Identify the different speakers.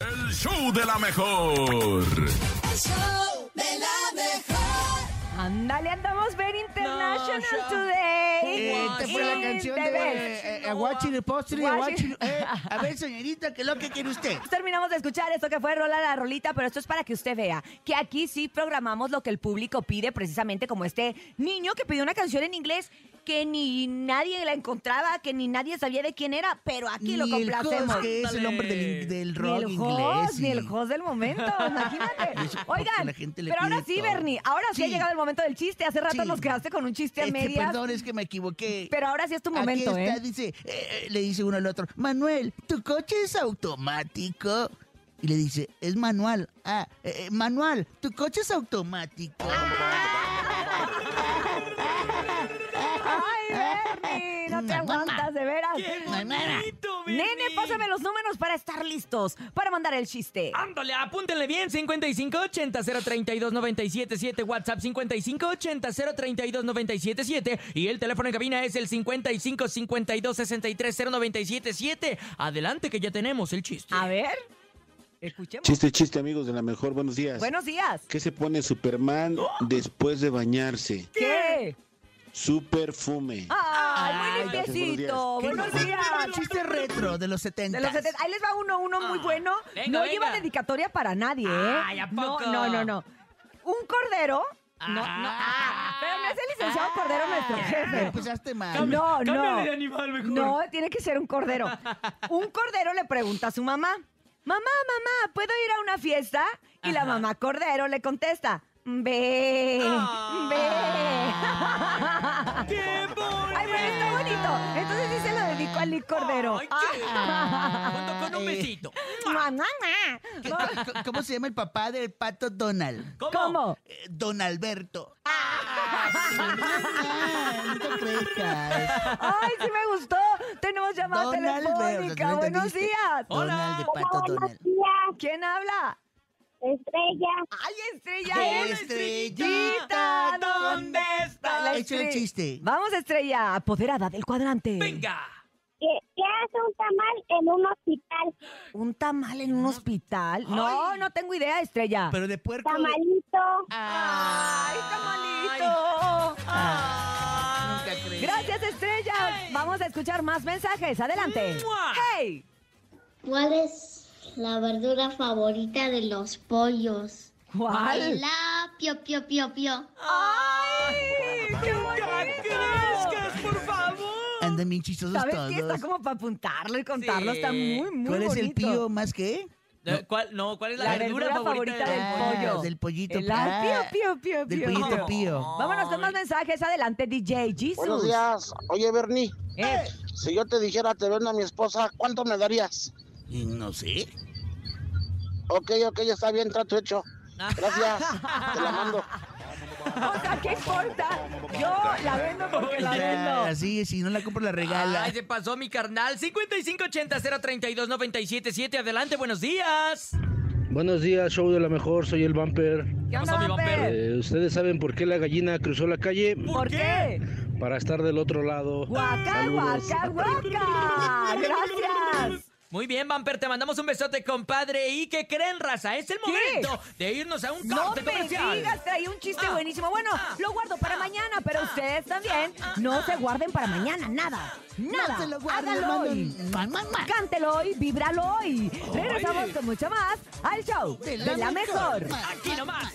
Speaker 1: El show de la mejor.
Speaker 2: El show de la mejor.
Speaker 3: Ándale, andamos ver International
Speaker 4: No, ya.
Speaker 3: Today.
Speaker 5: Eh, Esta fue la
Speaker 3: In
Speaker 5: canción
Speaker 3: the
Speaker 5: de
Speaker 3: Bell.
Speaker 5: eh, eh, Aguachi de Postre.
Speaker 3: Aguachi-
Speaker 5: Aguachi- eh, a ver, señorita, ¿qué es lo que quiere usted?
Speaker 3: Terminamos de escuchar esto que fue Rola la Rolita, pero esto es para que usted vea que aquí sí programamos lo que el público pide, precisamente como este niño que pidió una canción en inglés que ni nadie la encontraba, que ni nadie sabía de quién era, pero aquí lo
Speaker 5: Ni el
Speaker 3: complacemos.
Speaker 5: host, que es el hombre del, del rock
Speaker 3: ni el
Speaker 5: inglés.
Speaker 3: host, ni el
Speaker 5: y-
Speaker 3: host del momento, imagínate.
Speaker 5: Y eso porque
Speaker 3: Oigan,
Speaker 5: la gente le
Speaker 3: pero ahora sí,
Speaker 5: pide todo.
Speaker 3: Bernie, ahora sí, ha
Speaker 5: Sí.
Speaker 3: llegado el momento del chiste. Hace rato
Speaker 5: Sí.
Speaker 3: nos quedaste con un chiste a
Speaker 5: Este,
Speaker 3: medias,
Speaker 5: perdón, es que me equivoqué.
Speaker 3: pero ahora sí es tu momento,
Speaker 5: Aquí está,
Speaker 3: ¿eh?
Speaker 5: dice, eh, eh, le dice uno al otro, Manuel, ¿tu coche es automático? Y le dice, es manual. Ah, eh, eh, manual, ¿tu coche es automático?
Speaker 3: Ah, ¡Ay, Bernie! No te
Speaker 5: Mamá.
Speaker 3: aguantas, de veras.
Speaker 4: ¡Qué
Speaker 5: Manana.
Speaker 4: bonito, Bernie!
Speaker 3: Nene, pásame los números para estar listos para mandar el chiste.
Speaker 4: Ándale, apúntenle bien, 5580-032-977, WhatsApp 5580-032-977 y el teléfono en cabina es el 5552-630977. Adelante que ya tenemos el chiste.
Speaker 3: A ver, escuchemos.
Speaker 6: Chiste, chiste, amigos de la mejor, buenos días.
Speaker 3: Buenos días.
Speaker 6: ¿Qué se pone Superman después de bañarse?
Speaker 3: ¿Qué?
Speaker 6: Su perfume.
Speaker 3: ¡Ay, muy
Speaker 4: Ay,
Speaker 6: gracias, buenos
Speaker 3: limpiecito!
Speaker 6: días.
Speaker 3: ¡Buenos
Speaker 5: Qué
Speaker 3: días!
Speaker 5: Chiste retro de los 70.
Speaker 3: De los 70. Ahí les va uno, uno muy
Speaker 4: Ah,
Speaker 3: bueno.
Speaker 4: venga,
Speaker 3: no
Speaker 4: venga.
Speaker 3: lleva dedicatoria para nadie, ¿eh?
Speaker 4: Ay, ¿a
Speaker 3: no,
Speaker 4: poco?
Speaker 3: no, no, no. Un cordero. No, no.
Speaker 4: Ah. pues,
Speaker 3: pero no es el licenciado Cordero nuestro
Speaker 5: Me
Speaker 3: jefe.
Speaker 5: empezaste mal.
Speaker 4: Cambia-
Speaker 3: No,
Speaker 4: cámbiale
Speaker 3: no.
Speaker 4: de animal mejor.
Speaker 3: No, tiene que ser un cordero. Un cordero le pregunta a su mamá, mamá, mamá, ¿puedo ir a una fiesta? Y la
Speaker 4: Ajá.
Speaker 3: mamá cordero le contesta, ve,
Speaker 4: Ah.
Speaker 3: ve.
Speaker 4: ¡Qué bonito!
Speaker 3: Ay, bueno, está bonito. Entonces sí se lo dedico al Lick cordero. Ah.
Speaker 4: Ay, qué- Ah, Junto con un
Speaker 5: Ay.
Speaker 4: besito.
Speaker 3: Mua, mua, mua.
Speaker 5: ¿Qué- qué- ¿Cómo se llama el papá del pato Donald?
Speaker 4: ¿Cómo?
Speaker 3: ¿Cómo?
Speaker 5: Eh, Don Alberto. Ah, no te crezcas.
Speaker 3: Ay, sí me gustó. Tenemos llamada
Speaker 5: Don Alberto,
Speaker 3: telefónica.
Speaker 5: ¿no
Speaker 3: Buenos
Speaker 5: entendiste?
Speaker 3: días.
Speaker 5: Donald de pato Donald.
Speaker 3: ¿Quién habla?
Speaker 7: Estrella,
Speaker 3: Ay, estrella.
Speaker 5: Hola,
Speaker 3: eres.
Speaker 5: estrellita, ¿dónde
Speaker 3: La
Speaker 5: estás? Échale
Speaker 3: estre-
Speaker 5: chiste.
Speaker 3: Vamos, estrella, apoderada del cuadrante.
Speaker 4: ¡Venga!
Speaker 7: ¿qué, qué hace un tamal en un hospital?
Speaker 3: ¿Un tamal en un hospital? No, no tengo idea, estrella.
Speaker 5: Pero de puerco.
Speaker 7: Tamalito.
Speaker 3: ¡Ay, tamalito!
Speaker 5: Nunca crees.
Speaker 3: Gracias, estrella. Vamos a escuchar más mensajes. Adelante.
Speaker 4: ¡Mua!
Speaker 3: ¡Hey!
Speaker 8: ¿Cuál es la verdura favorita de los pollos?
Speaker 3: ¿Cuál?
Speaker 8: La pio, pio, pio, pio.
Speaker 3: ¡Ay! ¡Qué
Speaker 4: ¡Ya
Speaker 3: bonito!
Speaker 4: crezcas, por favor!
Speaker 5: Andan bien chistosos
Speaker 3: ¿Sabes
Speaker 5: todos.
Speaker 3: qué? Está como para apuntarlo y contarlo.
Speaker 4: Sí.
Speaker 3: Está muy, muy
Speaker 5: ¿Cuál es el
Speaker 3: bonito.
Speaker 5: pío más que?
Speaker 4: Eh, ¿Cuál, no, ¿cuál es la,
Speaker 3: La
Speaker 4: verdura,
Speaker 3: verdura
Speaker 4: favorita,
Speaker 3: favorita
Speaker 4: del pollo?
Speaker 3: pollo.
Speaker 5: Ah, Del pollito.
Speaker 3: El
Speaker 5: ah,
Speaker 3: al- pío, pío, pío,
Speaker 5: Del
Speaker 3: pío.
Speaker 5: pollito pío.
Speaker 4: No.
Speaker 3: Vámonos con más mensajes. Adelante, DJ Jesus.
Speaker 9: Buenos días. Oye, Bernie,
Speaker 3: Eh,
Speaker 9: si yo te dijera te vendo a mi esposa, ¿cuánto me darías?
Speaker 5: Y No sé.
Speaker 9: Ok, ok, ya está bien, trato hecho. Gracias, te la mando.
Speaker 3: o sea, ¿qué importa? Yo la vendo porque la
Speaker 5: Ya,
Speaker 3: vendo.
Speaker 5: Así, Ah, si no la compro, la regala.
Speaker 4: Ay, se pasó mi carnal. 5580-032-977. Adelante, buenos días.
Speaker 10: Buenos días, show de la mejor, soy el Bumper.
Speaker 3: ¿Qué onda,
Speaker 4: Pasó mi
Speaker 3: Bamper?
Speaker 4: bamper.
Speaker 10: Eh, ¿Ustedes saben por qué la gallina cruzó la calle?
Speaker 3: ¿Por qué?
Speaker 10: Para estar del otro lado.
Speaker 3: Guaca,
Speaker 10: Saludos.
Speaker 3: guaca, guaca. Gracias.
Speaker 4: Muy bien, Bamper, te mandamos un besote, compadre. ¿Y qué creen, raza? Es el momento de irnos a un
Speaker 3: No
Speaker 4: corte
Speaker 3: me
Speaker 4: comercial.
Speaker 3: digas, traí un chiste
Speaker 4: Ah,
Speaker 3: buenísimo. Bueno,
Speaker 4: ah,
Speaker 3: lo guardo para mañana, pero ustedes también no se guarden para mañana, nada. Nada.
Speaker 5: No se lo guardes,
Speaker 3: Hágalo
Speaker 5: mano.
Speaker 3: hoy.
Speaker 5: Ma, ma, ma.
Speaker 3: Cántelo hoy, víbralo hoy. Regresamos con mucho más al show de la mejor.
Speaker 4: Aquí nomás.